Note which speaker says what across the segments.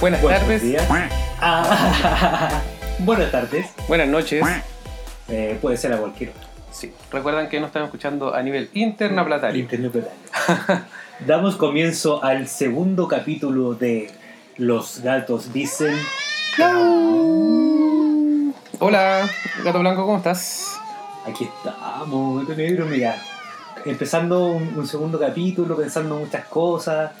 Speaker 1: Buenas
Speaker 2: Buenos
Speaker 1: tardes,
Speaker 2: días. Ah, buenas tardes.
Speaker 1: buenas noches.
Speaker 2: Eh, puede ser a cualquier hora.
Speaker 1: Sí. Recuerdan que nos están escuchando a nivel internaplatario.
Speaker 2: Internet Platario. Damos comienzo al segundo capítulo de Los gatos dicen.
Speaker 1: Hola, Gato Blanco, ¿cómo estás?
Speaker 2: Aquí estamos, gato negro, mira. Empezando un, un segundo capítulo, pensando muchas cosas.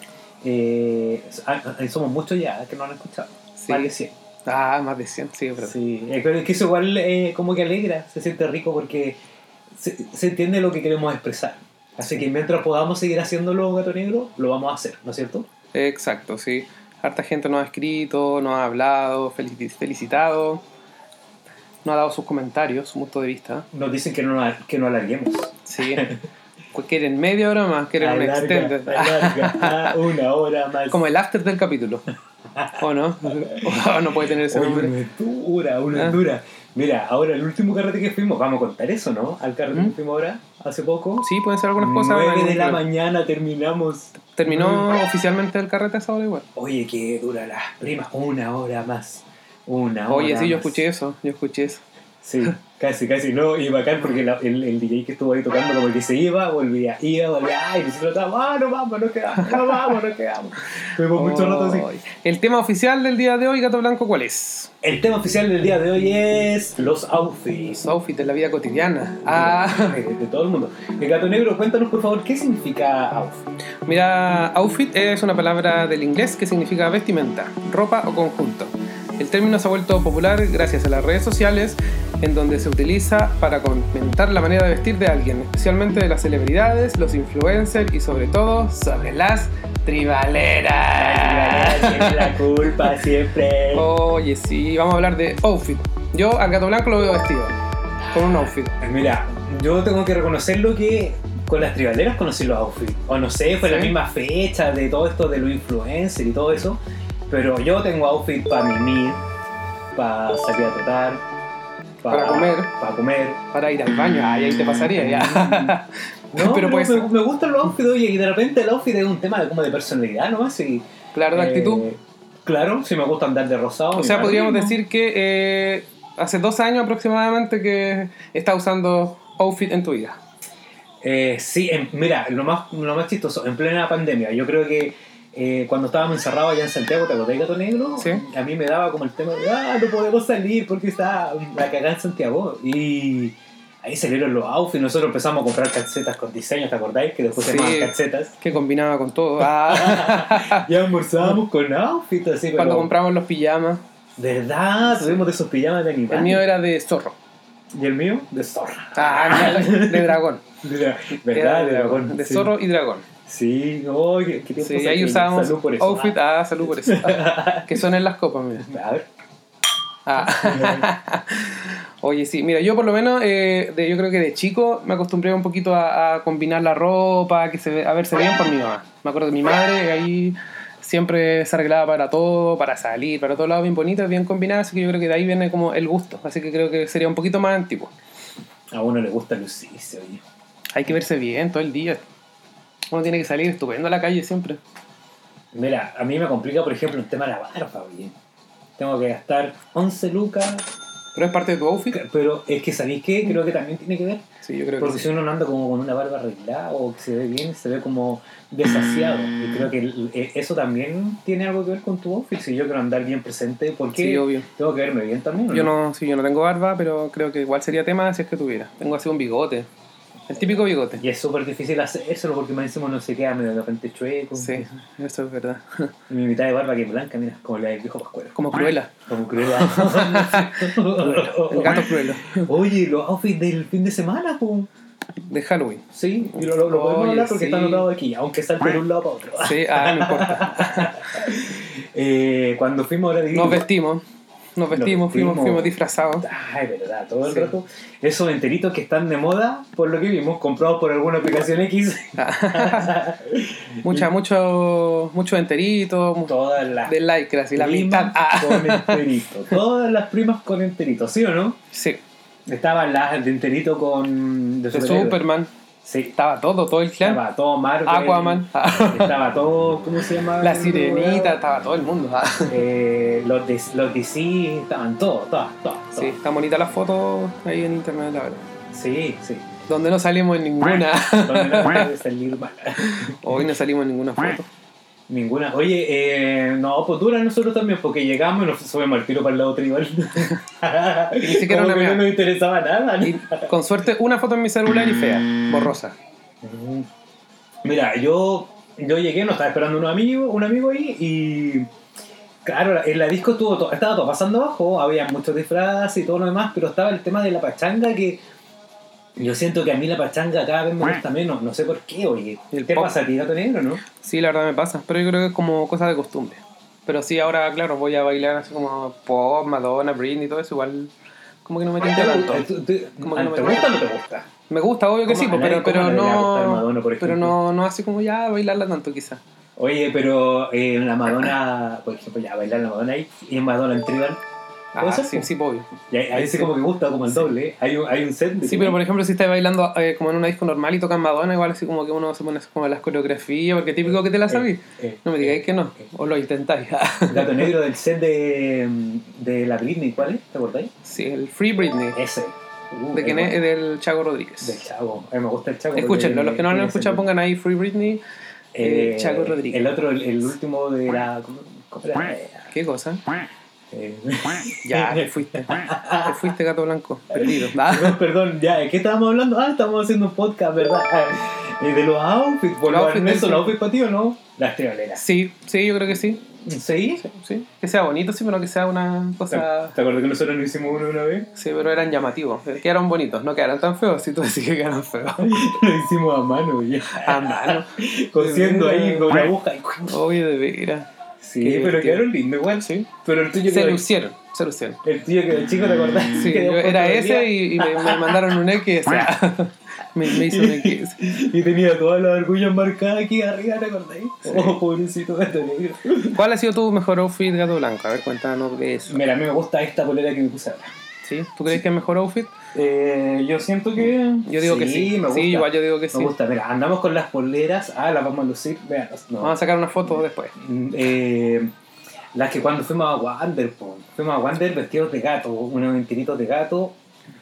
Speaker 2: Eh, ah, ah, somos muchos ya que no han escuchado.
Speaker 1: Sí.
Speaker 2: Vale, sí.
Speaker 1: Ah, más de 100, sí, pero.
Speaker 2: Sí, eh, creo que eso igual eh, como que alegra, se siente rico porque se, se entiende lo que queremos expresar. Así que mientras podamos seguir haciéndolo, gato negro, lo vamos a hacer, ¿no es cierto?
Speaker 1: Exacto, sí. Harta gente nos ha escrito, nos ha hablado, felici- felicitado, nos ha dado sus comentarios, su punto de vista.
Speaker 2: Nos dicen que no, que no alarguemos.
Speaker 1: Sí. Pues quieren media hora más, quieren un
Speaker 2: Alarga,
Speaker 1: extended.
Speaker 2: alarga, ah, una hora más.
Speaker 1: Como el after del capítulo. ¿O no? ¿O no puede tener ese
Speaker 2: Oye,
Speaker 1: nombre?
Speaker 2: una dura, una
Speaker 1: Ah.
Speaker 2: dura. Mira, ahora el último carrete que fuimos, vamos a contar eso, ¿no? Al carrete
Speaker 1: ¿Mm?
Speaker 2: que fuimos ahora, hace poco.
Speaker 1: Sí, pueden ser algunas cosas.
Speaker 2: Nueve de la
Speaker 1: algunas-
Speaker 2: mañana terminamos.
Speaker 1: Terminó oficialmente el carrete a esa hora igual.
Speaker 2: Oye, que dura las primas, una hora más. Una hora
Speaker 1: Oye, sí, yo
Speaker 2: más.
Speaker 1: escuché eso, yo escuché eso.
Speaker 2: Sí, casi, casi, no, y bacán porque la- el, el DJ que estuvo ahí tocando como el que se iba, volvía, iba, volvía, y nosotros estábamos, ah, no vamos, no quedamos, no vamos, no quedamos. Tuvimos mucho rato así.
Speaker 1: Ay. El tema oficial del día de hoy, Gato Blanco, ¿cuál es?
Speaker 2: El tema oficial del día de hoy es los
Speaker 1: Los
Speaker 2: outfits
Speaker 1: outfits de la vida cotidiana. Ah,
Speaker 2: de, de todo el mundo. El gato negro, cuéntanos por favor, ¿qué significa outfit?
Speaker 1: mira, outfit es una palabra del inglés que significa vestimenta, ropa o conjunto. El término se ha vuelto popular gracias a las redes sociales, en donde se utiliza para comentar la manera de vestir de alguien, especialmente de las celebridades, los influencers y sobre todo sobre las tribaleras.
Speaker 2: Tiene la culpa siempre.
Speaker 1: Oh, Oye, sí, vamos a hablar de outfit. Yo al gato blanco lo veo vestido. Con un outfit.
Speaker 2: Eh, Mira, yo tengo que reconocerlo que con las tribaleras conocí los outfits. O no sé, fue la
Speaker 1: Sí.
Speaker 2: misma fecha de todo esto de los influencers y todo eso. Pero yo tengo outfit para mimir, para salir a trotar,
Speaker 1: Para comer.
Speaker 2: Para comer.
Speaker 1: Para ir al baño. Ay, ahí te pasaría ya.
Speaker 2: Ah, No,
Speaker 1: Pero
Speaker 2: pero
Speaker 1: pues-
Speaker 2: me, me gustan los outfits, oye, y de repente el outfit es un tema de, como de personalidad nomás. Y,
Speaker 1: claro, de
Speaker 2: eh,
Speaker 1: actitud.
Speaker 2: Claro, si me gusta andar de rosado.
Speaker 1: O
Speaker 2: mi
Speaker 1: sea,
Speaker 2: madre,
Speaker 1: podríamos
Speaker 2: ¿no?
Speaker 1: decir que eh, hace dos años aproximadamente que estás usando outfit en tu vida.
Speaker 2: Eh, sí, en- mira, lo más, lo más chistoso, en plena pandemia, yo creo que eh, cuando estábamos encerrados allá en Santiago, ¿te acordás, Gato Negro?
Speaker 1: Sí.
Speaker 2: A mí me daba como el tema de, ah, no podemos salir porque está la cagada en Santiago. Y ahí salieron los outfits, nosotros empezamos a comprar calcetas con diseños, ¿te acordáis? Que después se
Speaker 1: Sí.
Speaker 2: llamaban calcetas.
Speaker 1: Que combinaba con todo. Ah,
Speaker 2: Y almorzábamos con outfits así,
Speaker 1: cuando
Speaker 2: pero-
Speaker 1: compramos los pijamas.
Speaker 2: ¿Verdad? Tuvimos de esos pijamas de animal.
Speaker 1: El mío era de zorro.
Speaker 2: ¿Y el mío? De zorra.
Speaker 1: Ah, de dragón.
Speaker 2: ¿Verdad?
Speaker 1: Era
Speaker 2: De dragón.
Speaker 1: De
Speaker 2: sí.
Speaker 1: zorro y dragón.
Speaker 2: Sí, oh, qué, qué tiempos
Speaker 1: Sí, ahí
Speaker 2: aquellos.
Speaker 1: usábamos
Speaker 2: Salud por eso.
Speaker 1: outfit. Ah, salud por eso. Ah, que son en las copas, mira.
Speaker 2: A ver.
Speaker 1: Ah. Oye, sí, mira, yo por lo menos, eh, de- yo creo que de chico me acostumbré un poquito a, a combinar la ropa, que se ve- a verse bien por mi mamá. Me acuerdo de mi madre, que ahí siempre se arreglaba para todo, para salir, para todo lado, bien bonita, bien combinada, así que yo creo que de ahí viene como el gusto, así que creo que sería un poquito más antiguo.
Speaker 2: A uno le gusta lucirse, oye.
Speaker 1: Hay que verse bien todo el día. Uno tiene que salir estupendo a la calle siempre.
Speaker 2: Mira, a mí me complica, por ejemplo, el tema de la barba, oye. Tengo que gastar 11 lucas,
Speaker 1: Pero es parte de tu outfit.
Speaker 2: pero es que, ¿sabéis qué? Creo que también tiene que ver.
Speaker 1: Sí, yo creo que
Speaker 2: Porque si
Speaker 1: sí.
Speaker 2: uno no anda como con una barba arreglada o que se ve bien, se ve como desasiado. Y creo que el- e- eso también tiene algo que ver con tu outfit. Si yo quiero andar bien presente, ¿por qué?
Speaker 1: Sí, obvio.
Speaker 2: tengo que verme bien también. ¿o
Speaker 1: Yo no, sí, yo no tengo barba, pero creo que igual sería tema si es que tuviera. Tengo así un bigote. El típico bigote.
Speaker 2: Y es súper difícil hacérselo porque más encima uno se queda medio de repente chueco.
Speaker 1: Sí, eso es verdad.
Speaker 2: Y mi mitad de barba que es blanca, mira, como la del viejo Pascuero.
Speaker 1: Como cruela.
Speaker 2: Como cruel.
Speaker 1: El gato cruelo.
Speaker 2: Oye, los outfits del fin de semana, pum.
Speaker 1: De Halloween.
Speaker 2: Sí, y lo, lo- lo podemos
Speaker 1: Oye,
Speaker 2: hablar porque
Speaker 1: sí.
Speaker 2: está anotado aquí, aunque salte de un lado para otro.
Speaker 1: Sí, ah, no importa.
Speaker 2: Eh, cuando fuimos ahora de
Speaker 1: Nos vestimos. Nos vestimos, fuimos,
Speaker 2: vestimos.
Speaker 1: fuimos disfrazados.
Speaker 2: Ay, verdad, todo el
Speaker 1: Sí.
Speaker 2: rato. Esos enteritos que están de moda, por lo que vimos, comprados por alguna aplicación X.
Speaker 1: Mucha, mucho, mucho enterito, mu-
Speaker 2: Todas las
Speaker 1: de lycra, así la
Speaker 2: primas
Speaker 1: mitad. Ah,
Speaker 2: con enterito. Todas las primas con enterito, ¿sí o no?
Speaker 1: sí,
Speaker 2: Estaban las de enterito con.
Speaker 1: de
Speaker 2: superhéroes.
Speaker 1: Superman.
Speaker 2: Sí.
Speaker 1: Estaba todo, todo el clan.
Speaker 2: Estaba todo Marvel.
Speaker 1: Aquaman. ah,
Speaker 2: Estaba todo, ¿cómo se llama?
Speaker 1: La sirenita, estaba todo el mundo. ah.
Speaker 2: Eh, los, de, los DC, estaban todos, todas, todas. todas.
Speaker 1: Sí, está bonita la foto ahí en internet, la verdad.
Speaker 2: sí. sí.
Speaker 1: Donde no salimos en ninguna.
Speaker 2: Donde no puede salir mal.
Speaker 1: Hoy no salimos en ninguna foto.
Speaker 2: Ninguna. Oye, eh, no, pues dura nosotros también, porque llegamos y nos subimos al tiro para el lado tribal. Ni
Speaker 1: siquiera una
Speaker 2: no
Speaker 1: mea.
Speaker 2: nos interesaba nada. ¿no?
Speaker 1: Y con suerte, una foto en mi celular y fea, borrosa.
Speaker 2: Mira, yo, yo llegué, nos estaba esperando un amigo, un amigo ahí y. Claro, la- en la disco estuvo to- estaba todo pasando abajo, había muchos disfraces y todo lo demás, pero estaba el tema de la pachanga que. Yo siento que a mí la pachanga cada vez me gusta menos, no sé por qué, oye.
Speaker 1: Y el
Speaker 2: ¿Qué
Speaker 1: pop.
Speaker 2: pasa a ti, gato negro, no?
Speaker 1: Sí, la verdad me pasa, pero yo creo que es como cosa de costumbre. Pero sí, ahora, claro, voy a bailar así como pop, Madonna, Britney y todo eso, igual como que no me tienta tanto.
Speaker 2: ¿Tú- tú-
Speaker 1: Como que no me
Speaker 2: ¿Te gusta o no te gusta?
Speaker 1: Me gusta, obvio que sí,
Speaker 2: ¿Cómo?
Speaker 1: pues,
Speaker 2: ¿A nadie-
Speaker 1: pero, pero
Speaker 2: cómo le va a gustar Madonna,
Speaker 1: no,
Speaker 2: por
Speaker 1: pero
Speaker 2: ejemplo?
Speaker 1: no, no así como ya bailarla tanto quizá.
Speaker 2: Oye, pero eh, la Madonna, por ejemplo, ya bailar la Madonna ahí y en Madonna en tribal.
Speaker 1: Ah,
Speaker 2: ser,
Speaker 1: sí,
Speaker 2: pues.
Speaker 1: sí, obvio.
Speaker 2: Y ahí, ahí sí como que gusta, como el doble. ¿eh? Hay, un, hay un set de.
Speaker 1: Sí, pero por ejemplo, si estás bailando eh, como en una disco normal y tocan Madonna, igual así como que uno se pone así como las coreografías, porque típico que te las sabís.
Speaker 2: Eh,
Speaker 1: No me digáis
Speaker 2: eh,
Speaker 1: que no, o lo intentáis.
Speaker 2: Gato negro del set de, de la Britney, ¿cuál es? ¿Te acordáis?
Speaker 1: sí, el Free Britney.
Speaker 2: Ese. Uh,
Speaker 1: ¿De quién
Speaker 2: me
Speaker 1: es?
Speaker 2: gusta.
Speaker 1: Es Del Chago Rodríguez.
Speaker 2: Del Chavo. A mí me gusta el Chavo.
Speaker 1: Escúchenlo,
Speaker 2: porque
Speaker 1: los que no lo han
Speaker 2: tiene
Speaker 1: escuchado
Speaker 2: sentido.
Speaker 1: pongan ahí Free Britney. eh, Chago Rodríguez.
Speaker 2: El otro, el, el último de la. ¿Cómo, cómo era?
Speaker 1: ¿Qué cosa?
Speaker 2: Eh,
Speaker 1: Ya, te fuiste. Te fuiste, gato blanco. Perdido. Ah,
Speaker 2: Perdón, perdón, ya, ¿de qué estábamos hablando? Ah, estábamos haciendo un podcast, ¿verdad? Eh, de los outfits,
Speaker 1: Los
Speaker 2: por los
Speaker 1: outfits,
Speaker 2: Ernesto,
Speaker 1: sí.
Speaker 2: los outfits para ti o no? Las trioleras.
Speaker 1: Sí, sí, yo creo que sí.
Speaker 2: ¿Sí?
Speaker 1: Sí, sí. Que sea bonito, sí, pero que sea una
Speaker 2: ¿Te,
Speaker 1: cosa.
Speaker 2: ¿Te acuerdas que nosotros no hicimos uno una vez?
Speaker 1: Sí, pero eran llamativos. Eh, Quedaron bonitos, no quedaron tan feos. Si tú decís que quedaron feos. Ah,
Speaker 2: Lo hicimos a mano, ya.
Speaker 1: A mano.
Speaker 2: Cosiendo ahí con la aguja.
Speaker 1: Oye, de veras.
Speaker 2: Sí,
Speaker 1: Qué
Speaker 2: pero
Speaker 1: divertido.
Speaker 2: quedaron lindos igual.
Speaker 1: Sí.
Speaker 2: Pero el tuyo
Speaker 1: Se
Speaker 2: quedó.
Speaker 1: lucieron, se lucieron.
Speaker 2: El tuyo quedó chico, ¿te acordás?
Speaker 1: Sí,
Speaker 2: Que
Speaker 1: yo
Speaker 2: después
Speaker 1: era
Speaker 2: te
Speaker 1: ese
Speaker 2: dolía.
Speaker 1: y, y me, me mandaron un X. o sea, me, me hizo un X.
Speaker 2: Y tenía todas las orgullas marcadas aquí arriba, ¿te acordáis? Oh, pobrecito gato negro.
Speaker 1: ¿Cuál ha sido tu mejor outfit, gato blanco? A ver, cuéntanos de eso.
Speaker 2: Mira, a mí me gusta esta polera que me puse ahora.
Speaker 1: ¿Sí? ¿Tú crees que es mejor outfit?
Speaker 2: Eh, yo siento que.
Speaker 1: Yo digo que sí.
Speaker 2: me gusta.
Speaker 1: Sí, igual yo digo que
Speaker 2: me
Speaker 1: sí.
Speaker 2: gusta. Mira, andamos con las poleras. Ah, las vamos a lucir. Veanos. No.
Speaker 1: Vamos a sacar una foto después.
Speaker 2: Mm, eh, las que cuando fuimos a Wander, po. fuimos a Wander vestidos de gato, unos mentiritos de gato.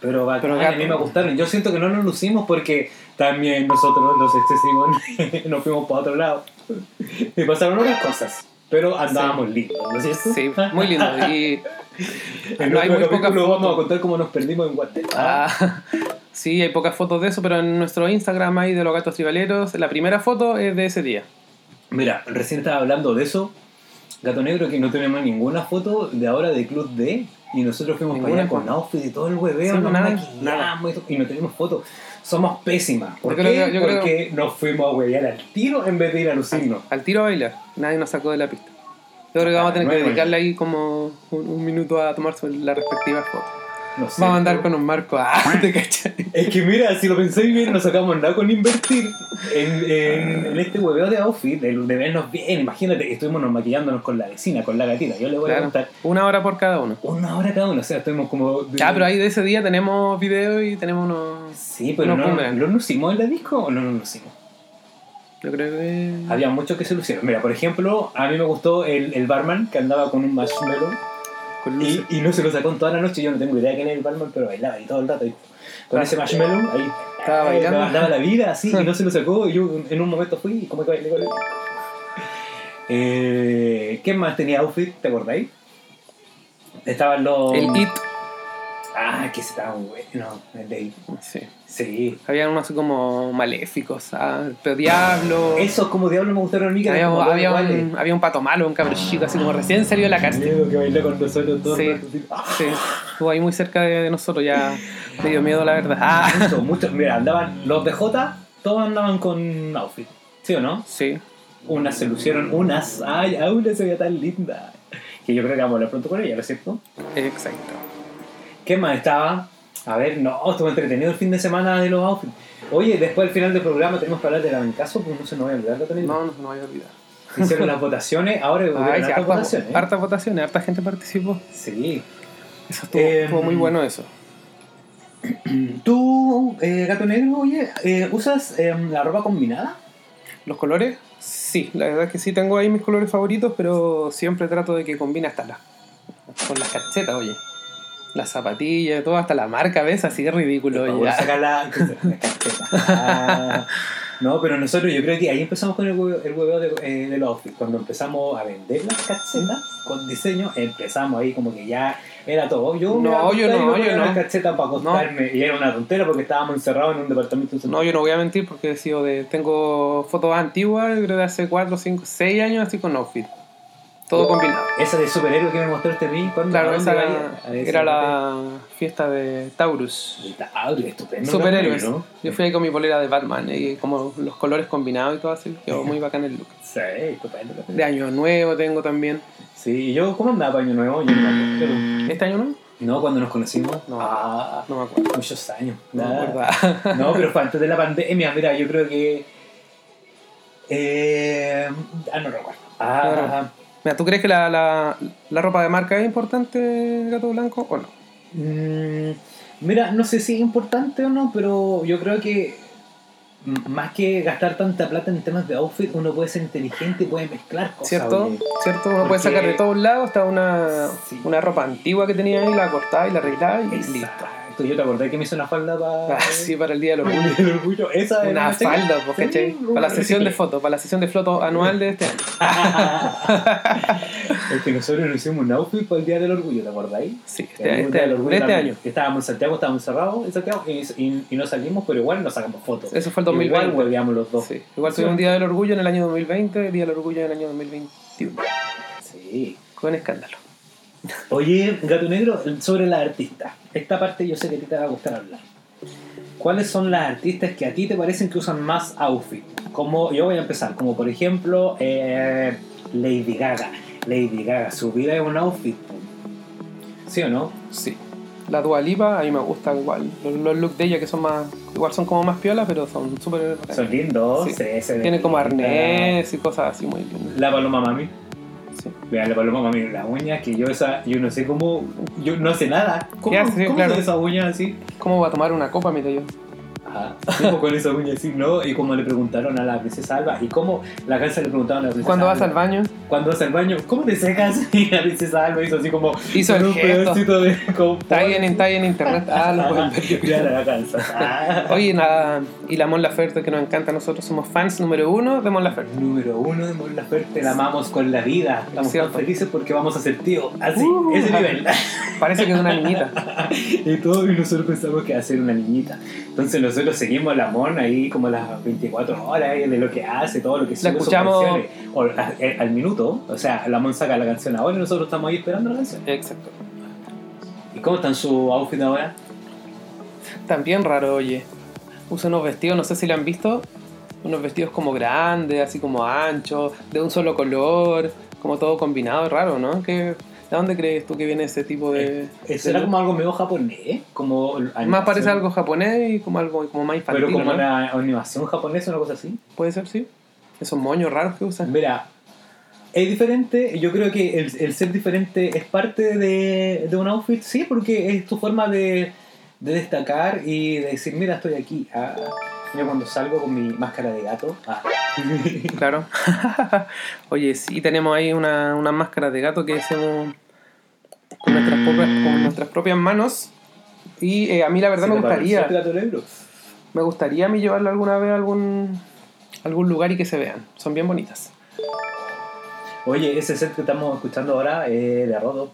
Speaker 2: Pero, bacán,
Speaker 1: Pero gato.
Speaker 2: a mí me gustaron. Yo siento que no nos lucimos porque también nosotros, los excesivos, nos fuimos para otro lado. Y pasaron otras cosas. Pero andábamos lindos, ¿no es cierto?
Speaker 1: Sí, muy lindo. Y
Speaker 2: En
Speaker 1: no hay
Speaker 2: otro
Speaker 1: muy pocas
Speaker 2: capítulo vamos a
Speaker 1: fotos.
Speaker 2: contar cómo nos perdimos en Wander.
Speaker 1: ah, sí, hay pocas fotos de eso, pero en nuestro Instagram hay de los gatos tribaleros. La primera foto es de ese día.
Speaker 2: Mira, recién estaba hablando de eso, Gato Negro, que no tenemos ninguna foto de ahora de Club D. Y nosotros fuimos para
Speaker 1: Ninguna
Speaker 2: allá con
Speaker 1: foto.
Speaker 2: outfit y todo el hueveo,
Speaker 1: Sí,
Speaker 2: nos
Speaker 1: nada,
Speaker 2: maquillamos
Speaker 1: nada.
Speaker 2: y todo, y no tenemos fotos. Somos pésimas. ¿Por
Speaker 1: Yo
Speaker 2: qué?
Speaker 1: creo que- yo creo-
Speaker 2: Porque nos fuimos a huevear al tiro en vez de ir a lucirnos.
Speaker 1: Al tiro a bailar. Nadie nos sacó de la pista. Yo creo que vamos a tener que
Speaker 2: Bueno.
Speaker 1: dedicarle ahí como un, un minuto a tomar su- la respectiva foto.
Speaker 2: No sé,
Speaker 1: Vamos a andar
Speaker 2: pero-
Speaker 1: con un marco. Ah, te cachai.
Speaker 2: Es que mira, si lo pensáis bien, no sacamos nada con invertir en, en-
Speaker 1: Ah.
Speaker 2: en este hueveo de outfit, de, de vernos bien. Imagínate, estuvimos nos maquillándonos con la vecina, con la gatita. Yo le voy a
Speaker 1: Claro,
Speaker 2: contar
Speaker 1: una hora por cada uno.
Speaker 2: una hora cada uno, o sea, estuvimos como.
Speaker 1: Ya, pero ahí de ese día tenemos video y tenemos unos.
Speaker 2: Sí, pero
Speaker 1: Unos
Speaker 2: no,
Speaker 1: boomerang.
Speaker 2: ¿lo lucimos en la disco o no lo lucimos?
Speaker 1: Yo creo que.
Speaker 2: Había muchos que se lucieron. Mira, por ejemplo, a mí me gustó el, el barman que andaba con un marshmallow
Speaker 1: Con luces.
Speaker 2: y, y no se lo sacó en toda la noche. Yo no tengo idea de quién era el barman, pero bailaba y todo el rato. y con
Speaker 1: Claro.
Speaker 2: ese marshmallow ahí.
Speaker 1: Ah. Estaba
Speaker 2: eh,
Speaker 1: bailando.
Speaker 2: daba- Daba la vida así y no se lo sacó. Y yo en un momento fui y como que bailé con él. Eh, ¿Quién más tenía outfit? ¿Te acordáis? Estaban los.
Speaker 1: El It.
Speaker 2: Ah, que se estaban buenos. El de It.
Speaker 1: Sí.
Speaker 2: Sí.
Speaker 1: Habían unos así como maléficos, ah, pero diablo.
Speaker 2: Eso, como diablo me gustaron a mí. que
Speaker 1: Había,
Speaker 2: eh. eran como
Speaker 1: había
Speaker 2: todos iguales.
Speaker 1: un, había un pato malo, un cabrón chico, así como recién salió de la cárcel.
Speaker 2: miedo que bailé con nosotros todos. Ah,
Speaker 1: Sí. Sí, estuvo ahí muy cerca de, de nosotros, ya me dio miedo, la verdad. Ah,
Speaker 2: Muchos, muchos. Mira, andaban los de J, todos andaban con outfit. ¿Sí o no?
Speaker 1: sí,
Speaker 2: Unas se lucieron, unas. Ay, a una se veía tan linda. Que yo creo que vamos a hablar pronto con ella, ¿no es cierto?
Speaker 1: exacto.
Speaker 2: ¿Qué más estaba? A ver, no, estuvo entretenido el fin de semana de los outfits. Oye, después al final del programa tenemos que hablar del abancazo, porque no se nos va a olvidar también.
Speaker 1: No, no, no voy a olvidar.
Speaker 2: Hicieron las votaciones, ahora
Speaker 1: Ay,
Speaker 2: volvieron
Speaker 1: sí,
Speaker 2: las
Speaker 1: hartas,
Speaker 2: votaciones. ¿eh?
Speaker 1: hartas votaciones, harta gente participó.
Speaker 2: Sí.
Speaker 1: Eso estuvo,
Speaker 2: Eh,
Speaker 1: estuvo muy bueno eso.
Speaker 2: ¿Tú eh, Gato Negro, oye, eh, ¿usas eh, la ropa combinada?
Speaker 1: ¿Los colores? Sí, la verdad es que sí, tengo ahí mis colores favoritos, pero siempre trato de que combine hasta las. con las cachetas, oye. Las zapatillas, todo, hasta la marca, ¿ves? Así es ridículo,
Speaker 2: Por
Speaker 1: oye.
Speaker 2: favor, saca la- la carpeta. Ah, no, pero nosotros yo creo que ahí empezamos con el hueveo, el hueveo de, eh, de los outfits. Cuando empezamos a vender las calcetas con diseño, empezamos ahí como que ya era todo. Yo me
Speaker 1: No,
Speaker 2: acostaba
Speaker 1: yo
Speaker 2: y
Speaker 1: no,
Speaker 2: me ponía
Speaker 1: yo
Speaker 2: unas
Speaker 1: no.
Speaker 2: calcetas para acostarme. Y era una tontera porque estábamos encerrados en un departamento.
Speaker 1: No, yo no voy a mentir porque he sido de. Tengo fotos antiguas, creo de hace 4, 5, 6 años, así con outfit. Todo combinado.
Speaker 2: Esa de superhéroe que me mostraste a mí, ¿cuándo?
Speaker 1: Claro,
Speaker 2: ¿A Oh, dónde
Speaker 1: esa
Speaker 2: iba ahí? A ese
Speaker 1: era
Speaker 2: momento.
Speaker 1: la fiesta de Taurus.
Speaker 2: Ah, estupendo.
Speaker 1: Superhéroes.
Speaker 2: ¿no?
Speaker 1: Yo fui ahí con mi polera de Batman y como los colores combinados y todo así. Quedó muy bacán el look.
Speaker 2: Sí, estupendo.
Speaker 1: De año nuevo tengo también.
Speaker 2: Sí, ¿y yo, ¿cómo andaba para Año Nuevo? Yo no me acuerdo.
Speaker 1: ¿Este año nuevo?
Speaker 2: No, cuando nos conocimos.
Speaker 1: No.
Speaker 2: Ah,
Speaker 1: No me acuerdo.
Speaker 2: muchos años.
Speaker 1: No me
Speaker 2: Nada.
Speaker 1: acuerdo.
Speaker 2: No, pero fue antes de la pandemia. Mira, yo creo que. eh, ah, no recuerdo. Ah,
Speaker 1: Claro.
Speaker 2: ajá.
Speaker 1: Mira, ¿tú crees que la, la, la ropa de marca es importante, Gato Blanco, o no?
Speaker 2: Mm, mira, no sé si es importante o no, pero yo creo que. m- Más que gastar tanta plata en temas de outfit, uno puede ser inteligente y puede mezclar cosas.
Speaker 1: ¿Cierto?
Speaker 2: oye.
Speaker 1: ¿Cierto? Uno
Speaker 2: Porque-
Speaker 1: puede sacar de todos lados hasta una,
Speaker 2: Sí.
Speaker 1: una ropa antigua que tenía ahí, la cortaba y la arreglaba y listo.
Speaker 2: Exacto. Yo te acordé que me hizo una falda para.
Speaker 1: Así para el día del orgullo.
Speaker 2: El orgullo. Esa era
Speaker 1: Una
Speaker 2: la chica.
Speaker 1: falda, pues,
Speaker 2: Sí,
Speaker 1: ¿cachai? Para la sesión de
Speaker 2: reciclé.
Speaker 1: fotos, para la sesión de fotos anual de este año.
Speaker 2: es que nosotros nos hicimos un outfit para el Día del Orgullo, ¿te acordáis?
Speaker 1: Sí, este,
Speaker 2: El
Speaker 1: este,
Speaker 2: Día del
Speaker 1: año,
Speaker 2: Orgullo
Speaker 1: de este
Speaker 2: también.
Speaker 1: año.
Speaker 2: Estábamos en Santiago, estábamos encerrados en Santiago y, y- y no salimos, pero igual nos sacamos fotos.
Speaker 1: Eso fue el
Speaker 2: Igual
Speaker 1: 2020.
Speaker 2: volvíamos los dos.
Speaker 1: Sí. Igual tuvimos un Día del Orgullo en el año 2020 y Día del Orgullo en el año 2021.
Speaker 2: Sí.
Speaker 1: Con escándalo.
Speaker 2: Oye, Gato Negro, sobre las artistas. Esta parte yo sé que a ti te va a gustar hablar. ¿Cuáles son las artistas que a ti te parecen que usan más outfit? Como, yo voy a empezar, como por ejemplo eh, Lady Gaga. Lady Gaga, su vida es un outfit. po. ¿Sí o no?
Speaker 1: Sí. La Dua Lipa a mí me gusta igual. Los, los looks de ella que son más... Igual son como más piolas, pero son súper... bacanas.
Speaker 2: Son lindos.
Speaker 1: Sí.
Speaker 2: se- se ven
Speaker 1: Tiene como
Speaker 2: lindas.
Speaker 1: arnés y cosas así muy lindas.
Speaker 2: La paloma mami.
Speaker 1: Sí.
Speaker 2: Vean la paloma mami, las uñas que yo esa, yo no sé cómo, yo no sé nada. ¿Cómo,
Speaker 1: Ya, sí,
Speaker 2: cómo
Speaker 1: claro.
Speaker 2: son esas uñas así?
Speaker 1: ¿Cómo va a tomar una copa, mira yo?
Speaker 2: Ajá. Tipo con esa uña así, ¿no? Y como le preguntaron a la princesa Alba, y cómo la casa le preguntaron a la princesa
Speaker 1: Cuando vas
Speaker 2: Alba,
Speaker 1: al baño,
Speaker 2: Cuando vas al baño, ¿cómo te secas? Y la princesa Alba hizo así como.
Speaker 1: Hizo
Speaker 2: con
Speaker 1: el
Speaker 2: un
Speaker 1: gesto.
Speaker 2: pedacito de confort.
Speaker 1: está ahí en, está ahí en internet. Ah, lo pueden ver.
Speaker 2: Ya la alcanza. Ah.
Speaker 1: Oye, nada, y la Mon Laferte que nos encanta, nosotros somos fans número uno de Mon Laferte.
Speaker 2: Número uno de Mon Laferte, la amamos con la vida. Estamos tan
Speaker 1: Cierto.
Speaker 2: felices porque vamos a ser tío. Así,
Speaker 1: Uh.
Speaker 2: ese nivel.
Speaker 1: Parece que es una niñita.
Speaker 2: y todo, y nosotros pensamos que va a ser una niñita. Entonces nosotros seguimos a la mona ahí como las 24 horas eh, de lo que hace, todo lo que sube sus
Speaker 1: escuchamos-
Speaker 2: canciones. O, a- eh, al minuto, o sea, la mon saca la canción ahora y nosotros estamos ahí esperando la canción.
Speaker 1: Exacto.
Speaker 2: ¿Y cómo están su outfit ahora?
Speaker 1: También raro, oye. Usa unos vestidos, no sé si lo han visto, unos vestidos como grandes, así como anchos, de un solo color, como todo combinado, raro, ¿no? ¿Qué, ¿De dónde crees tú que viene ese tipo de...?
Speaker 2: Eh, ¿Será
Speaker 1: de-
Speaker 2: como algo medio japonés? eh? Como
Speaker 1: Más
Speaker 2: animación,
Speaker 1: parece algo japonés y como algo como más infantil,
Speaker 2: Pero como
Speaker 1: ¿no?
Speaker 2: una animación japonesa, una cosa así.
Speaker 1: ¿Puede ser, sí? Esos moños raros que usan.
Speaker 2: Mira, es diferente. Yo creo que el, el ser diferente es parte de, de un outfit, sí, porque es tu forma de, de destacar y de decir, mira, estoy aquí. Ah, yo cuando salgo con mi máscara de gato. ah.
Speaker 1: Claro. Oye, sí, tenemos ahí una, una máscara de gato que hacemos con nuestras propias, con nuestras propias manos. Y eh, a mí la verdad
Speaker 2: ¿Se
Speaker 1: me
Speaker 2: te pareció el
Speaker 1: gustaría,
Speaker 2: gato negro?
Speaker 1: me gustaría a mí llevarla alguna vez a algún, algún lugar y que se vean. Son bien bonitas.
Speaker 2: Oye, ese set que estamos escuchando ahora eh, de Rodo.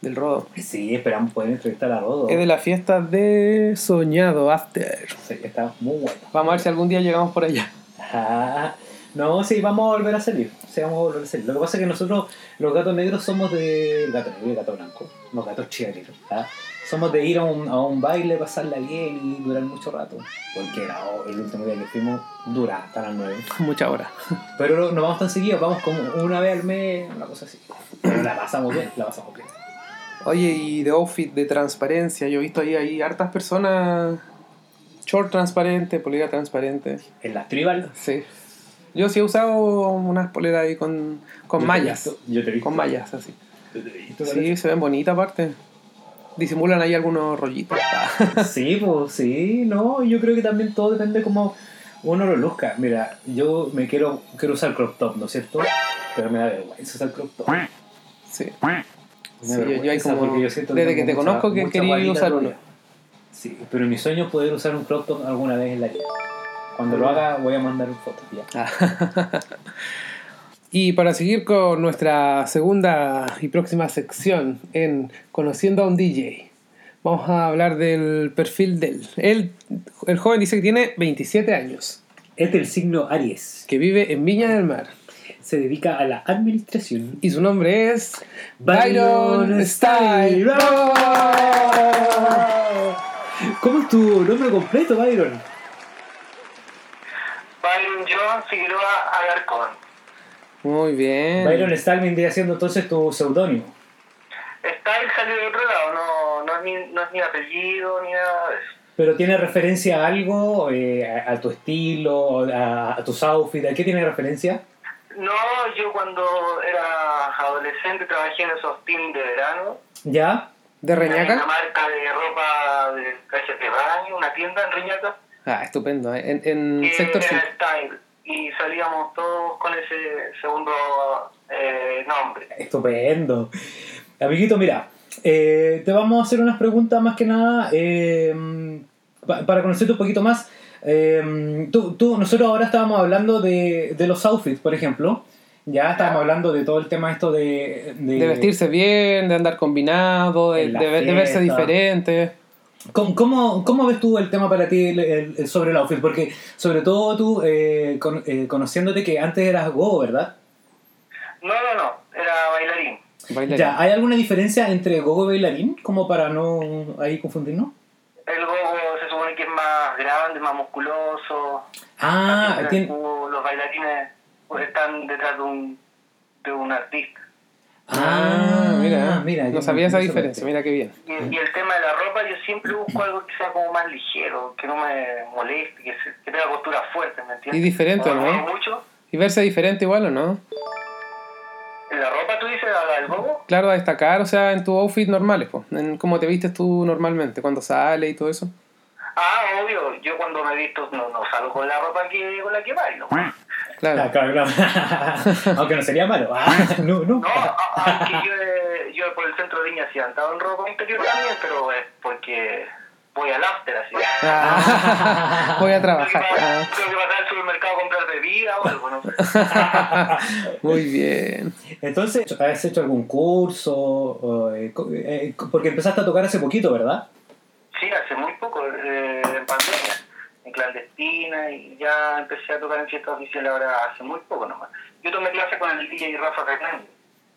Speaker 1: Del rodo.
Speaker 2: Sí, esperamos poder entrevistar a Rodo.
Speaker 1: Es de la fiesta de Soñado After.
Speaker 2: Sí, está muy bueno.
Speaker 1: Vamos a ver si algún día llegamos por allá.
Speaker 2: Ah, no, sí, vamos a volver a salir. Sí, vamos a volver a salir. Lo que pasa es que nosotros, los gatos negros, somos de. el gato negro y el gato blanco. Los gatos chiareros. ¿ah? Somos de ir a un, a un baile, pasarla bien y durar mucho rato. Porque la- el último día que fuimos dura hasta las 9.
Speaker 1: Mucha hora.
Speaker 2: Pero no vamos tan seguido, vamos como una vez al mes, una cosa así. Pero la pasamos bien, la pasamos bien.
Speaker 1: Oye, y de outfit, de transparencia. Yo he visto ahí, ahí hartas personas. Short transparente, polera transparente.
Speaker 2: En las tribal.
Speaker 1: Sí. Yo sí he usado unas poleras ahí con, con
Speaker 2: yo te he
Speaker 1: mallas.
Speaker 2: visto- Yo te he visto.
Speaker 1: Con mallas, así.
Speaker 2: Yo te he visto,
Speaker 1: Sí, se ven bonitas aparte. disimulan ahí algunos rollitos.
Speaker 2: Sí, pues sí, no, yo creo que también todo depende como uno lo luzca. Mira, yo me quiero, quiero usar crop top, ¿no es cierto? Pero me da vergüenza usar crop top. Me da
Speaker 1: Sí. Sí, yo- yo, ahí
Speaker 2: vergüenza
Speaker 1: como,
Speaker 2: porque yo siento
Speaker 1: desde
Speaker 2: tengo
Speaker 1: que te
Speaker 2: mucha-
Speaker 1: conozco que
Speaker 2: mucha
Speaker 1: quería
Speaker 2: guatita
Speaker 1: usar
Speaker 2: todavía.
Speaker 1: uno.
Speaker 2: Sí, pero mi sueño es poder usar un crop top alguna vez en la vida. Cuando lo haga voy a mandar un foto ya.
Speaker 1: Ah. y para seguir con nuestra segunda y próxima sección en Conociendo a un DJ, vamos a hablar del perfil de él. Él- el joven dice que tiene 27 años,
Speaker 2: Es del signo Aries.
Speaker 1: que vive en Viña del Mar
Speaker 2: Se dedica a la administración.
Speaker 1: y su nombre es Byron Style.
Speaker 2: Style. ¿Cómo es tu nombre completo, Byron?
Speaker 3: Byron John Figueroa Alarcón.
Speaker 1: Muy bien.
Speaker 2: Byron Style vendría siendo entonces tu seudónimo.
Speaker 3: Style salió de otro lado, no, no, es ni, no es ni apellido ni nada de eso.
Speaker 2: ¿Pero tiene referencia a algo? Eh, a, a tu estilo? A, a tus outfits? ¿A qué tiene referencia?
Speaker 3: No, yo cuando era adolescente trabajé en esos teams de verano.
Speaker 2: ¿Ya?
Speaker 1: ¿De
Speaker 3: Hay Una
Speaker 1: Reñaca?
Speaker 3: marca de ropa de calles de baño, una tienda en Reñaca.
Speaker 1: Ah, estupendo. ¿eh? En, en
Speaker 3: que
Speaker 1: Sector
Speaker 3: era
Speaker 1: Sur.
Speaker 3: Style. Y salíamos todos con ese segundo eh, nombre.
Speaker 2: Estupendo. Amiguito, mira, eh, te vamos a hacer unas preguntas más que nada eh, pa- para conocerte un poquito más. Eh, tú, tú- nosotros ahora estábamos hablando de, de los outfits, por ejemplo. Ya estábamos hablando de todo el tema esto de...
Speaker 1: De vestirse bien, de andar combinado, de,
Speaker 2: En la
Speaker 1: de ver- de verse
Speaker 2: fiesta.
Speaker 1: diferente.
Speaker 2: ¿Cómo, cómo, cómo ves tú el tema para ti el- el- el- sobre el outfit? Porque sobre todo tú, eh, con- eh, conociéndote que antes eras go, ¿verdad?
Speaker 3: No, no, no, era bailarín.
Speaker 1: Bailarín.
Speaker 2: Ya, ¿hay alguna diferencia entre gogo y bailarín? Como para no ahí confundirnos.
Speaker 3: El gogo se supone que es más grande, más musculoso.
Speaker 2: Ah,
Speaker 3: Siempre
Speaker 2: tien-
Speaker 3: hubo- los bailarines pues, están detrás de un, de un artista.
Speaker 1: Ah, mira,
Speaker 2: yo
Speaker 1: no sabía esa
Speaker 2: entiendo
Speaker 1: diferencia,
Speaker 2: parte.
Speaker 1: mira qué bien.
Speaker 3: Y, y el tema de la ropa, yo siempre busco algo que sea como más ligero, que no me moleste, que, se- que tenga costuras fuertes, ¿me entiendes?
Speaker 1: Y diferente,
Speaker 3: Como
Speaker 1: ¿no?
Speaker 3: hago mucho.
Speaker 1: Y verse diferente igual o no?
Speaker 3: ¿En la ropa tú dices la- la del gogo?
Speaker 1: Claro, a destacar, o sea, en tu outfit normales, po, en cómo te vistes tú normalmente, cuando sales y todo eso.
Speaker 3: Ah, obvio, yo cuando me he visto no, no salgo con la ropa que, con la que bailo.
Speaker 2: Ah,
Speaker 1: Claro.
Speaker 2: claro, claro. Aunque no sería malo. Ah, no, no.
Speaker 3: No, a- aunque yo, he- yo por el centro de Viña sí he andado en ropa interior también, pero es porque voy al after así.
Speaker 1: Ah, voy a
Speaker 3: Tengo que
Speaker 1: trabajar.
Speaker 3: pasar- tengo que pasar al supermercado a comprar bebida o algo, no sé.
Speaker 1: Ah. Muy bien.
Speaker 2: Entonces, ¿has hecho algún curso? O, eh, co- eh, co- porque empezaste a tocar hace poquito, ¿verdad?
Speaker 3: Sí, hace muy poco, eh, en pandemia, en clandestina, y ya empecé a tocar en fiestas oficiales ahora hace muy poco nomás. Yo tomé clase con el DJ Rafa Fernández.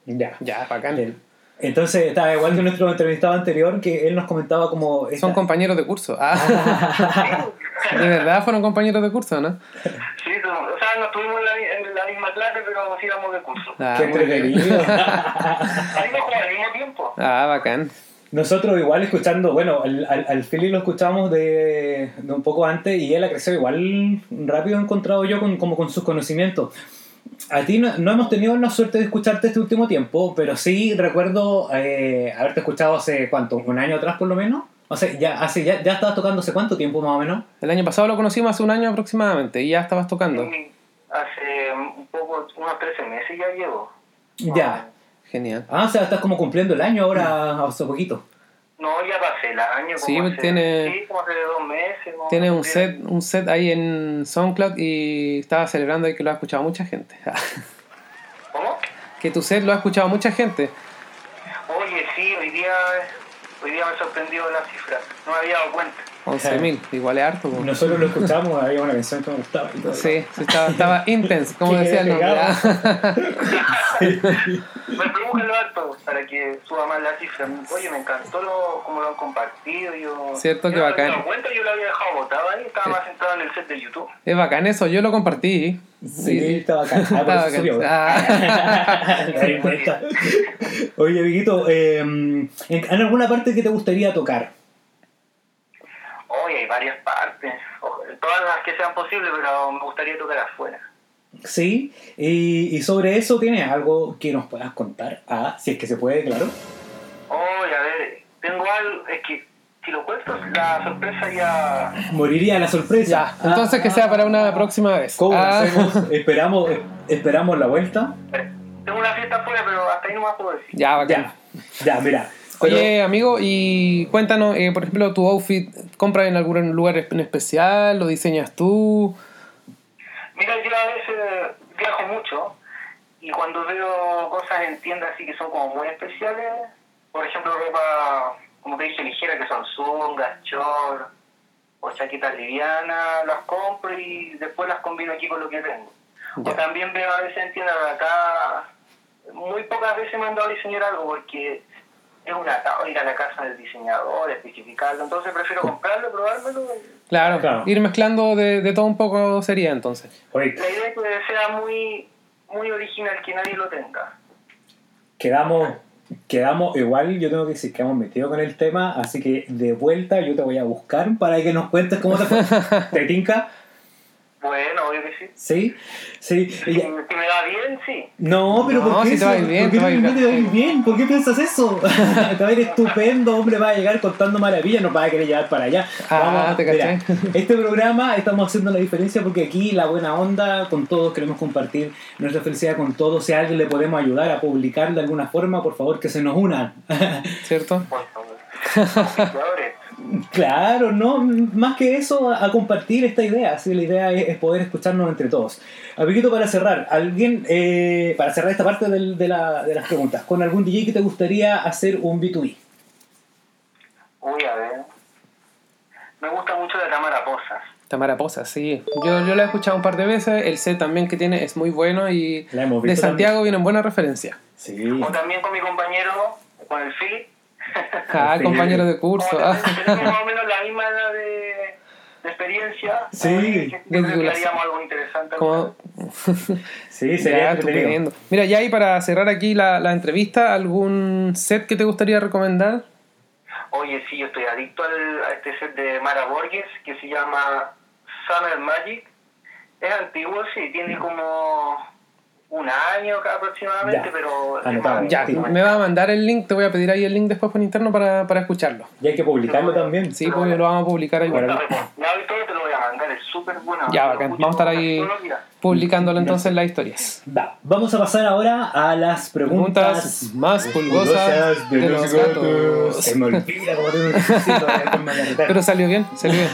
Speaker 2: Ya.
Speaker 1: Ya, bacán.
Speaker 2: Bien. Entonces, está igual que nuestro entrevistado anterior, que él nos comentaba como... esta-
Speaker 1: Son compañeros de curso. Ah, de verdad fueron compañeros de curso, ¿no?
Speaker 3: Sí, tú- o sea, no estuvimos en la, mi- en la misma clase, pero nos íbamos de curso.
Speaker 1: Ah,
Speaker 2: Qué
Speaker 1: muy bien.
Speaker 2: entretenido.
Speaker 3: Salimos como al mismo tiempo.
Speaker 1: Ah, bacán.
Speaker 2: Nosotros igual escuchando, bueno, al, al, al Philly lo escuchábamos de, de un poco antes y él ha crecido igual rápido he encontrado yo con, como con sus conocimientos. A ti no, no hemos tenido la suerte de escucharte este último tiempo, pero sí recuerdo eh, haberte escuchado hace cuánto, un año atrás por lo menos. O sea, ya, hace, ya, ya estabas tocando hace cuánto tiempo más o menos.
Speaker 1: El año pasado lo conocimos hace un año aproximadamente y ya estabas tocando.
Speaker 3: Y hace un poco, unos 13 meses ya llevo.
Speaker 2: Ya.
Speaker 1: Genial.
Speaker 2: Ah, o sea, estás como cumpliendo el año ahora, hace poquito.
Speaker 3: No, ya pasé el año.
Speaker 1: Sí,
Speaker 3: como hace-
Speaker 1: tiene-
Speaker 3: sí, como hace dos meses. ¿no?
Speaker 1: Tiene un
Speaker 3: Sí.
Speaker 1: set, un set ahí en SoundCloud y estaba celebrando ahí que lo ha escuchado mucha gente. Ah,
Speaker 3: ¿Cómo?
Speaker 1: que tu set lo ha escuchado mucha gente.
Speaker 3: Oye, sí, hoy día, hoy día me sorprendió la cifra. No me había dado cuenta.
Speaker 1: 11.000, igual es harto. po.
Speaker 2: Nosotros lo escuchamos, había una canción que me gustaba. y todo.
Speaker 1: Sí, sí, estaba, estaba intense, como
Speaker 2: Qué
Speaker 1: decía el nombre.
Speaker 2: pegado.
Speaker 1: ah.
Speaker 3: Me lo alto para que suba más la cifra. Oye, me encantó lo, cómo lo han compartido. Yo,
Speaker 1: Cierto que
Speaker 3: yo no me había
Speaker 1: bacán.
Speaker 3: dado cuenta, yo lo había dejado botado ahí, estaba más centrado en el set de YouTube.
Speaker 1: Es bacán eso, yo lo compartí.
Speaker 2: Sí, estaba acá. Ah, por
Speaker 1: estaba
Speaker 2: eso
Speaker 1: bacán.
Speaker 2: subió.
Speaker 1: Ah.
Speaker 2: Me di cuenta. Oye, amiguito, eh, ¿en en alguna parte que te gustaría tocar?
Speaker 3: Oye, hay varias partes, o- todas las que sean posibles, pero me gustaría tocar afuera.
Speaker 2: ¿Sí? Y, y sobre eso, ¿tienes algo que nos puedas contar? Ah, si es que se puede, claro.
Speaker 3: Oye, a ver, tengo igual, es que si lo cuento, la sorpresa ya.
Speaker 2: Moriría la sorpresa. Ah,
Speaker 1: Ya, entonces que sea para una próxima vez.
Speaker 2: ¿Cómo lo
Speaker 1: Ah,
Speaker 2: hacemos? Esperamos, esperamos la vuelta.
Speaker 3: Tengo una fiesta afuera, pero hasta ahí no más puedo decir.
Speaker 1: Ya, bacán.
Speaker 2: Ya, ya, mira. Pero-
Speaker 1: Oye, amigo, y cuéntanos, eh, por ejemplo, tu outfit, ¿compras en algún lugar en especial? ¿Lo diseñas tú?
Speaker 3: Mira, yo a veces viajo mucho y cuando veo cosas en tiendas así que son como muy especiales, por ejemplo, ropa, como te dije, ligera, que son zungas, shorts o chaquetas livianas, las compro y después las combino aquí con lo que tengo.
Speaker 1: Ya.
Speaker 3: O también veo a veces en tiendas de acá, muy pocas veces me han dado a diseñar algo porque es una atado ir a la casa del diseñador, especificarlo, entonces prefiero comprarlo, probármelo. y-
Speaker 1: Claro,
Speaker 2: Claro.
Speaker 1: ir mezclando de, de todo un poco sería entonces.
Speaker 2: Oye,
Speaker 3: La idea es que sea muy, muy original, que nadie lo tenga.
Speaker 2: quedamos, quedamos igual, yo tengo que decir que hemos metido con el tema, así que de vuelta yo te voy a buscar para que nos cuentes cómo te fue. ¿Te tinca?
Speaker 3: Bueno, obvio que sí.
Speaker 2: Sí, sí.
Speaker 3: Si,
Speaker 2: Y ya-
Speaker 3: si me va bien, sí.
Speaker 2: No, pero
Speaker 1: No,
Speaker 2: ¿por qué
Speaker 1: si te va a ir
Speaker 2: eso?
Speaker 1: bien,
Speaker 2: ¿Por qué
Speaker 1: te va a ir
Speaker 2: no te va a ir
Speaker 1: bien.
Speaker 2: bien? ¿Por qué piensas eso? te va a ir estupendo, hombre, va a llegar contando maravillas, nos va a querer llevar para allá.
Speaker 1: Ah,
Speaker 2: Vamos,
Speaker 1: te
Speaker 2: mira,
Speaker 1: caché.
Speaker 2: Este programa estamos haciendo la diferencia porque aquí la buena onda con todos, queremos compartir nuestra felicidad con todos. Si a alguien le podemos ayudar a publicar de alguna forma, por favor que se nos unan.
Speaker 1: ¿Cierto?
Speaker 3: Por favor. Ahora,
Speaker 2: Claro, no, más que eso, a, a compartir esta idea. Así la idea es, es poder escucharnos entre todos. Amiguito, para cerrar, alguien, eh, para cerrar esta parte del- de, la- de las preguntas, ¿con algún DJ que te gustaría hacer un B2B?
Speaker 3: Uy, a ver. Me gusta mucho la cámara Posas.
Speaker 1: Tamara Poza, sí. Yo, yo la he escuchado un par de veces, el set también que tiene es muy bueno y
Speaker 2: La hemos
Speaker 1: de
Speaker 2: visto
Speaker 1: Santiago vienen buenas referencias.
Speaker 2: Sí.
Speaker 3: O también con mi compañero, con el Philip.
Speaker 1: Ah,
Speaker 2: Sí.
Speaker 1: compañero de
Speaker 3: Como
Speaker 1: curso. ah.
Speaker 3: también Tenemos más o menos la misma edad de, de experiencia.
Speaker 2: Sí,
Speaker 3: Yo creo que
Speaker 1: desde la-
Speaker 3: haríamos algo interesante.
Speaker 1: Como-
Speaker 2: Sí,
Speaker 1: Ya,
Speaker 2: sería entretenido.
Speaker 1: estupendo. Mira, ya y para cerrar aquí la, la entrevista, ¿algún set que te gustaría recomendar?
Speaker 3: Oye, sí, yo estoy adicto al, a este set de Mara Borges que se llama Summer Magic. Es antiguo, sí, tiene como un año acá aproximadamente,
Speaker 2: Ya.
Speaker 3: pero... es
Speaker 2: Anotado.
Speaker 3: maravilloso.
Speaker 1: Ya,
Speaker 2: Sí.
Speaker 1: me va a mandar el link, te voy a pedir ahí el link después por interno para, para escucharlo.
Speaker 2: Y hay que publicarlo también.
Speaker 1: Sí, pues lo vamos a publicar ahí.
Speaker 2: Bueno,
Speaker 3: Ya, y todo te lo voy a mandar, es súper bueno.
Speaker 1: Ya,
Speaker 3: Lo
Speaker 1: bacán.
Speaker 3: escucho
Speaker 1: Vamos a estar ahí
Speaker 3: todos los días.
Speaker 1: publicándolo entonces en las historias.
Speaker 2: Va, vamos a pasar ahora a las preguntas.
Speaker 1: Preguntas más pulgosas de los gatos.
Speaker 2: Se me olvida cómo tengo un chistecito, voy a dejarme de retar.
Speaker 1: Pero salió bien, salió bien.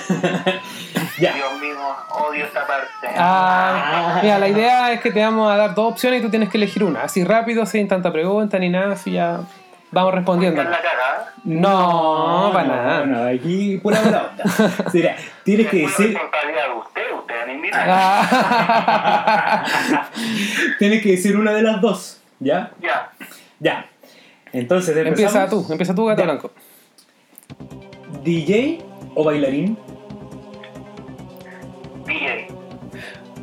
Speaker 2: Ya.
Speaker 3: Dios mío, odio esta parte.
Speaker 1: Ah, mira, la idea es que te vamos a dar dos opciones y tú tienes que elegir una. Así rápido, sin tanta pregunta ni nada, así ya vamos respondiendo.
Speaker 3: Está en la cara, ¿eh?
Speaker 1: No, para
Speaker 2: no,
Speaker 1: nada.
Speaker 2: no, aquí pura buena onda. Mira, tienes que
Speaker 3: Es una
Speaker 2: decir,
Speaker 3: responsabilidad de usted, usted me invita.
Speaker 1: Ah.
Speaker 2: tienes que decir una de las dos, ¿ya?
Speaker 3: Ya,
Speaker 2: Ya. Entonces,
Speaker 1: empieza tú,
Speaker 2: empezamos.
Speaker 1: empieza tú, gato
Speaker 2: Ya.
Speaker 1: blanco.
Speaker 2: DJ o bailarín,
Speaker 3: DJ,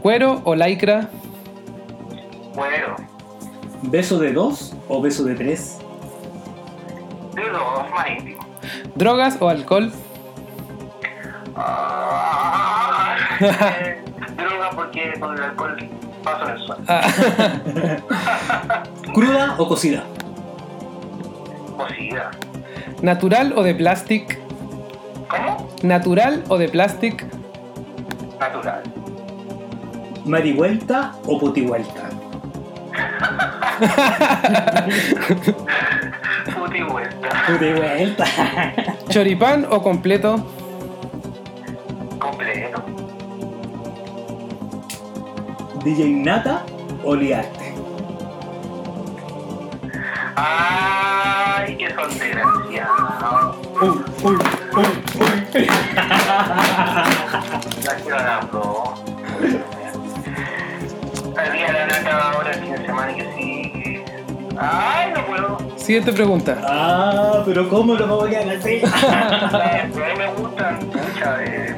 Speaker 1: ¿Cuero o lycra?
Speaker 3: bueno,
Speaker 2: beso de dos o beso de tres,
Speaker 3: de los más íntimos.
Speaker 1: ¿Drogas o alcohol?
Speaker 3: Ah, eh, droga porque con el alcohol paso en el suelo.
Speaker 1: Ah,
Speaker 2: cruda o cocida,
Speaker 3: Cocida.
Speaker 1: ¿Natural o de plastic?
Speaker 3: ¿Cómo?
Speaker 1: ¿Natural o de plastic?
Speaker 3: Natural.
Speaker 2: marihuelta o potivuelta.
Speaker 3: Puta y vuelta.
Speaker 2: Potivuelta.
Speaker 1: ¿Choripán o completo?
Speaker 3: Completo.
Speaker 2: DJ Nata o liarte.
Speaker 3: Ay, que son desgraciados.
Speaker 2: Uy, uy, uy, uy.
Speaker 3: La quiero dar, bro. Había la nata ahora el fin de semana que sí. Ay, no puedo.
Speaker 1: Siguiente pregunta.
Speaker 2: Ah, pero ¿cómo lo voy a ganar así?
Speaker 3: Ay, pero a mí me gustan muchas. Eh.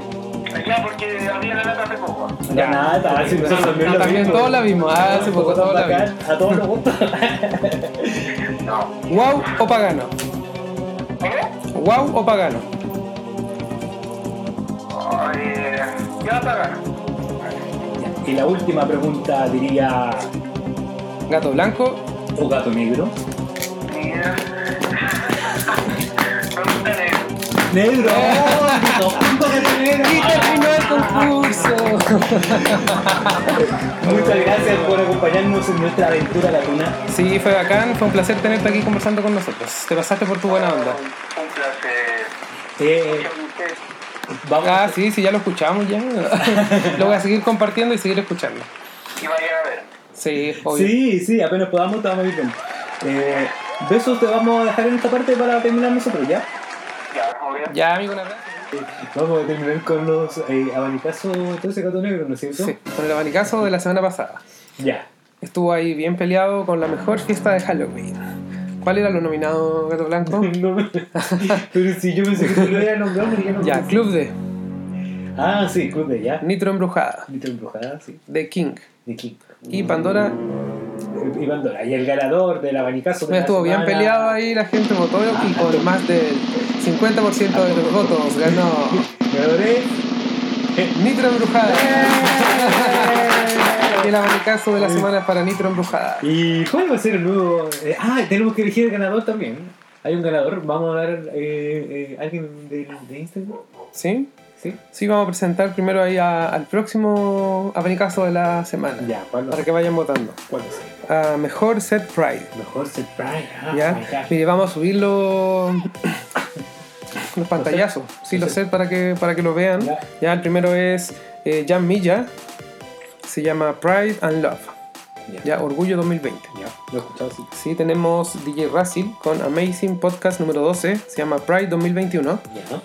Speaker 3: Ya, porque había la nata hace poco.
Speaker 2: Ya, nada, si nosotros también
Speaker 1: Ah,
Speaker 2: lo
Speaker 1: también
Speaker 2: vimos.
Speaker 1: todos la vimos. Ah, hace poco todos la vimos.
Speaker 2: A todos los gustos.
Speaker 3: No. ¿Eh?
Speaker 1: ¿Wow o pagano?
Speaker 3: ¿Cómo?
Speaker 1: ¿Wow o pagano?
Speaker 3: Ay, ya pagar.
Speaker 2: Y la última pregunta diría,
Speaker 1: ¿Gato blanco
Speaker 2: ¿o gato negro?
Speaker 3: Mira. Pregúntale
Speaker 2: negro.
Speaker 4: ¡Oh!
Speaker 2: Todos juntos de negro.
Speaker 1: Y terminó el concurso.
Speaker 4: Muchas gracias por acompañarnos en nuestra aventura a la luna.
Speaker 1: Sí, fue bacán, fue un placer tenerte aquí conversando con nosotros. Te pasaste por tu buena onda.
Speaker 3: Un, un placer.
Speaker 2: Eh,
Speaker 3: Escuchen ustedes.
Speaker 2: vamos.
Speaker 1: Ah, sí, sí, ya lo escuchamos ya. Lo voy a seguir compartiendo y seguir escuchando.
Speaker 3: Y vayan a ver.
Speaker 1: Sí, obvio.
Speaker 4: Sí, sí, apenas podamos te vamos a ir bien. Eh, besos te vamos a dejar en esta parte para terminar nosotros, ¿ya?
Speaker 3: Ya, obvio.
Speaker 1: Ya, amigo, un abrazo.
Speaker 2: Vamos a terminar con los eh, abanicazos 13 gato negro, ¿no es cierto?
Speaker 1: Sí, con el abanicazo de la semana pasada.
Speaker 2: Ya.
Speaker 1: Estuvo ahí bien peleado con la mejor fiesta de Halloween. ¿Cuál era lo nominado, Gato Blanco?
Speaker 2: No me- Pero si yo pensé que tú lo había nombrado, porque ya no
Speaker 1: Ya, Club de
Speaker 2: Ah, sí, club de ya.
Speaker 1: Nitro Embrujada,
Speaker 2: Mito embrujada, sí.
Speaker 1: The King
Speaker 2: De King.
Speaker 1: y Pandora.
Speaker 2: Y Pandora. Y el ganador del abanicazo. de
Speaker 1: Me
Speaker 2: la
Speaker 1: pues, estuvo bien
Speaker 2: semana.
Speaker 1: peleado ahí, la gente votó y con más del 50% de los votos ganó
Speaker 2: Ganador es-
Speaker 1: Nitro ¡Eh! Embrujada. El abanicazo de la semana para Nitro Embrujada.
Speaker 2: ¿Y cuál va a ser el nuevo? eh, ah, tenemos que elegir el ganador también. Hay un ganador. Vamos a dar eh, eh, alguien de, de Instagram.
Speaker 1: ¿Sí?
Speaker 2: Sí.
Speaker 1: Sí, vamos a presentar primero ahí a- al próximo abanicazo de la semana.
Speaker 2: Ya, ¿cuál va,
Speaker 1: Para que vayan votando.
Speaker 2: cuál va a ser?
Speaker 1: A mejor set price.
Speaker 2: Mejor surprise. Ah, my
Speaker 1: ¿Ya?
Speaker 2: God.
Speaker 1: Mire, vamos a subir los, los pantallazos. Sí,
Speaker 2: Los
Speaker 1: los set para que, para que lo vean.
Speaker 2: Ya.
Speaker 1: Ya, el primero es eh, Jan Milla. Se llama Pride and Love.
Speaker 2: Ya.
Speaker 1: Ya, Orgullo 2020.
Speaker 2: Ya, lo he escuchado, sí.
Speaker 1: Sí, tenemos DJ Racil con Amazing Podcast número 12. Se llama Pride 2021.
Speaker 2: Ya, ¿no?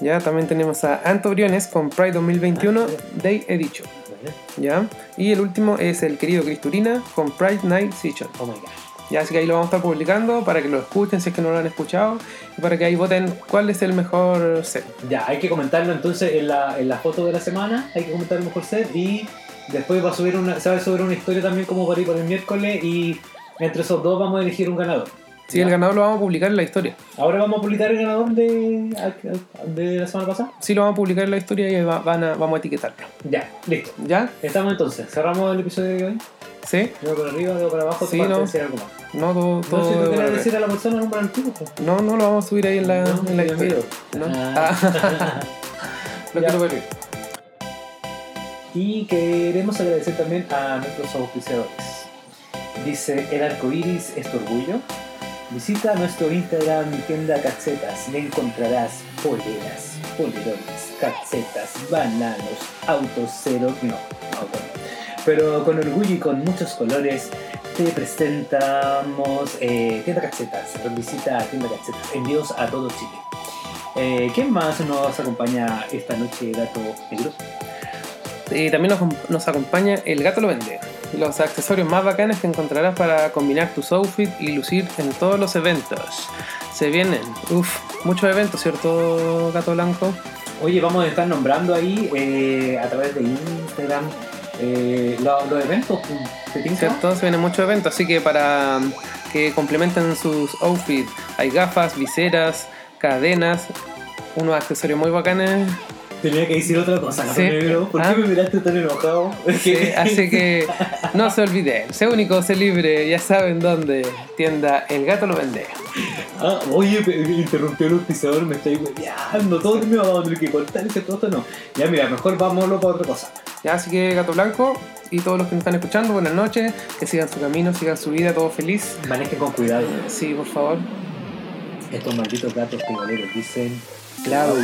Speaker 1: Ya, también tenemos a Anto Briones con Pride 2021 Day Edition.
Speaker 2: Bueno,
Speaker 1: Ya. Y el último es el querido Cristurina con Pride Night Session.
Speaker 2: oh my god.
Speaker 1: Ya, así que ahí lo vamos a estar publicando para que lo escuchen si es que no lo han escuchado y para que ahí voten cuál es el mejor set.
Speaker 2: Ya, hay que comentarlo entonces en la, en la foto de la semana, hay que comentar el mejor set y después va a subir una, se va a subir una historia también como para ir para el miércoles y entre esos dos vamos a elegir un ganador.
Speaker 1: Sí,
Speaker 2: Ya.
Speaker 1: el ganador lo vamos a publicar en la historia.
Speaker 2: Ahora vamos a publicar el ganador de, de la semana pasada.
Speaker 1: Sí, lo vamos a publicar en la historia y ahí va- van a- vamos a etiquetarlo.
Speaker 2: Ya, listo.
Speaker 1: ¿Ya?
Speaker 2: Estamos entonces, cerramos el episodio de hoy.
Speaker 1: ¿Sí?
Speaker 2: Dedo para arriba, dedo para abajo,
Speaker 1: Sí,
Speaker 2: te
Speaker 1: no.
Speaker 2: decir algo más.
Speaker 1: No, todo.
Speaker 2: No sé si
Speaker 1: todo-
Speaker 2: tú quieres decir a la persona el nombre antiguo. po.
Speaker 1: no, no, lo vamos a subir ahí en la,
Speaker 2: No,
Speaker 1: en la
Speaker 2: Dios
Speaker 1: historia.
Speaker 2: mío.
Speaker 1: ¿no?
Speaker 2: Ah.
Speaker 1: Lo
Speaker 2: Ya.
Speaker 1: quiero ver.
Speaker 2: Y queremos agradecer también a nuestros auspiciadores. Dice El Arcoiris es tu orgullo. Visita nuestro Instagram tienda calcetas y encontrarás poleras, polerones, calcetas, bananos, autos cero, no, auto no. Pero con orgullo y con muchos colores te presentamos eh, tienda calcetas. Visita tienda calcetas. Envíos a todo Chile. Eh, ¿Quién más nos acompaña esta noche, Gato Negro?
Speaker 1: Y también nos, acom- nos acompaña El Gato Lo Vende. Los accesorios más bacanes que encontrarás para combinar tus outfits y lucir en todos los eventos. Se vienen, uff, muchos eventos, ¿cierto, Gato Blanco?
Speaker 2: Oye, vamos a estar nombrando ahí eh, a través de Instagram eh, lo- los eventos. ¿Te tinca?
Speaker 1: ¿Cierto? Se vienen muchos eventos, así que para mm, que complementen sus outfits, hay gafas, viseras, cadenas, unos accesorios muy bacanes.
Speaker 2: Tenía que decir otra cosa,
Speaker 1: Sí.
Speaker 2: negro. ¿Por
Speaker 1: Ah.
Speaker 2: qué me miraste tan enojado?
Speaker 1: Sí, así que no se olviden, sé único, sé libre, ya saben dónde. Tienda El Gato Lo Vende.
Speaker 2: Ah, oye, pe- interrumpió el auspiciador, me estoy hueveando. Todo me va a tener que cortar ese todo esto no. Ya, mira, mejor vámonos para otra cosa.
Speaker 1: Ya, así que Gato Blanco y todos los que nos están escuchando, buenas noches, que sigan su camino, sigan su vida, todo feliz.
Speaker 2: Manejen con cuidado.
Speaker 1: Sí, por favor.
Speaker 2: Estos malditos gatos pigaleros dicen.
Speaker 1: Claro.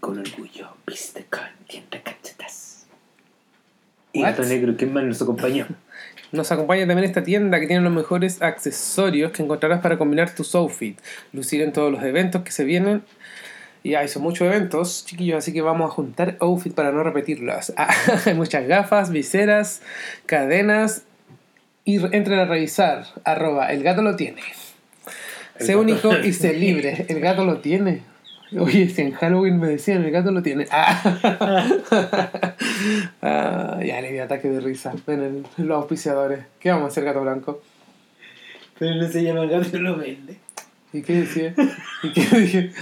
Speaker 5: con orgullo, viste con tienda cachetas. Y
Speaker 1: What?
Speaker 5: Gato Negro, ¿quién más nos acompañó?
Speaker 1: Nos acompaña también esta tienda que tiene los mejores accesorios que encontrarás para combinar tus outfits, lucir en todos los eventos que se vienen. Y hay son muchos eventos, chiquillos, así que vamos a juntar outfits para no repetirlos. Ah, Hay muchas gafas, viseras, cadenas. Y re- entren a revisar. Arroba, el gato lo tiene.
Speaker 5: El
Speaker 1: sé
Speaker 5: gato-
Speaker 1: único y sé libre. El gato lo tiene. Oye, si en Halloween me decían, el gato lo tiene. Ah. Ah, ya le di ataque de risa. Ven, el- los auspiciadores. ¿Qué vamos a hacer, gato blanco?
Speaker 2: Pero no se llama el gato que lo vende.
Speaker 1: ¿Y qué decía? ¿Y qué dije?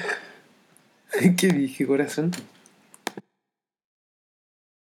Speaker 1: ¿Qué dije, corazón?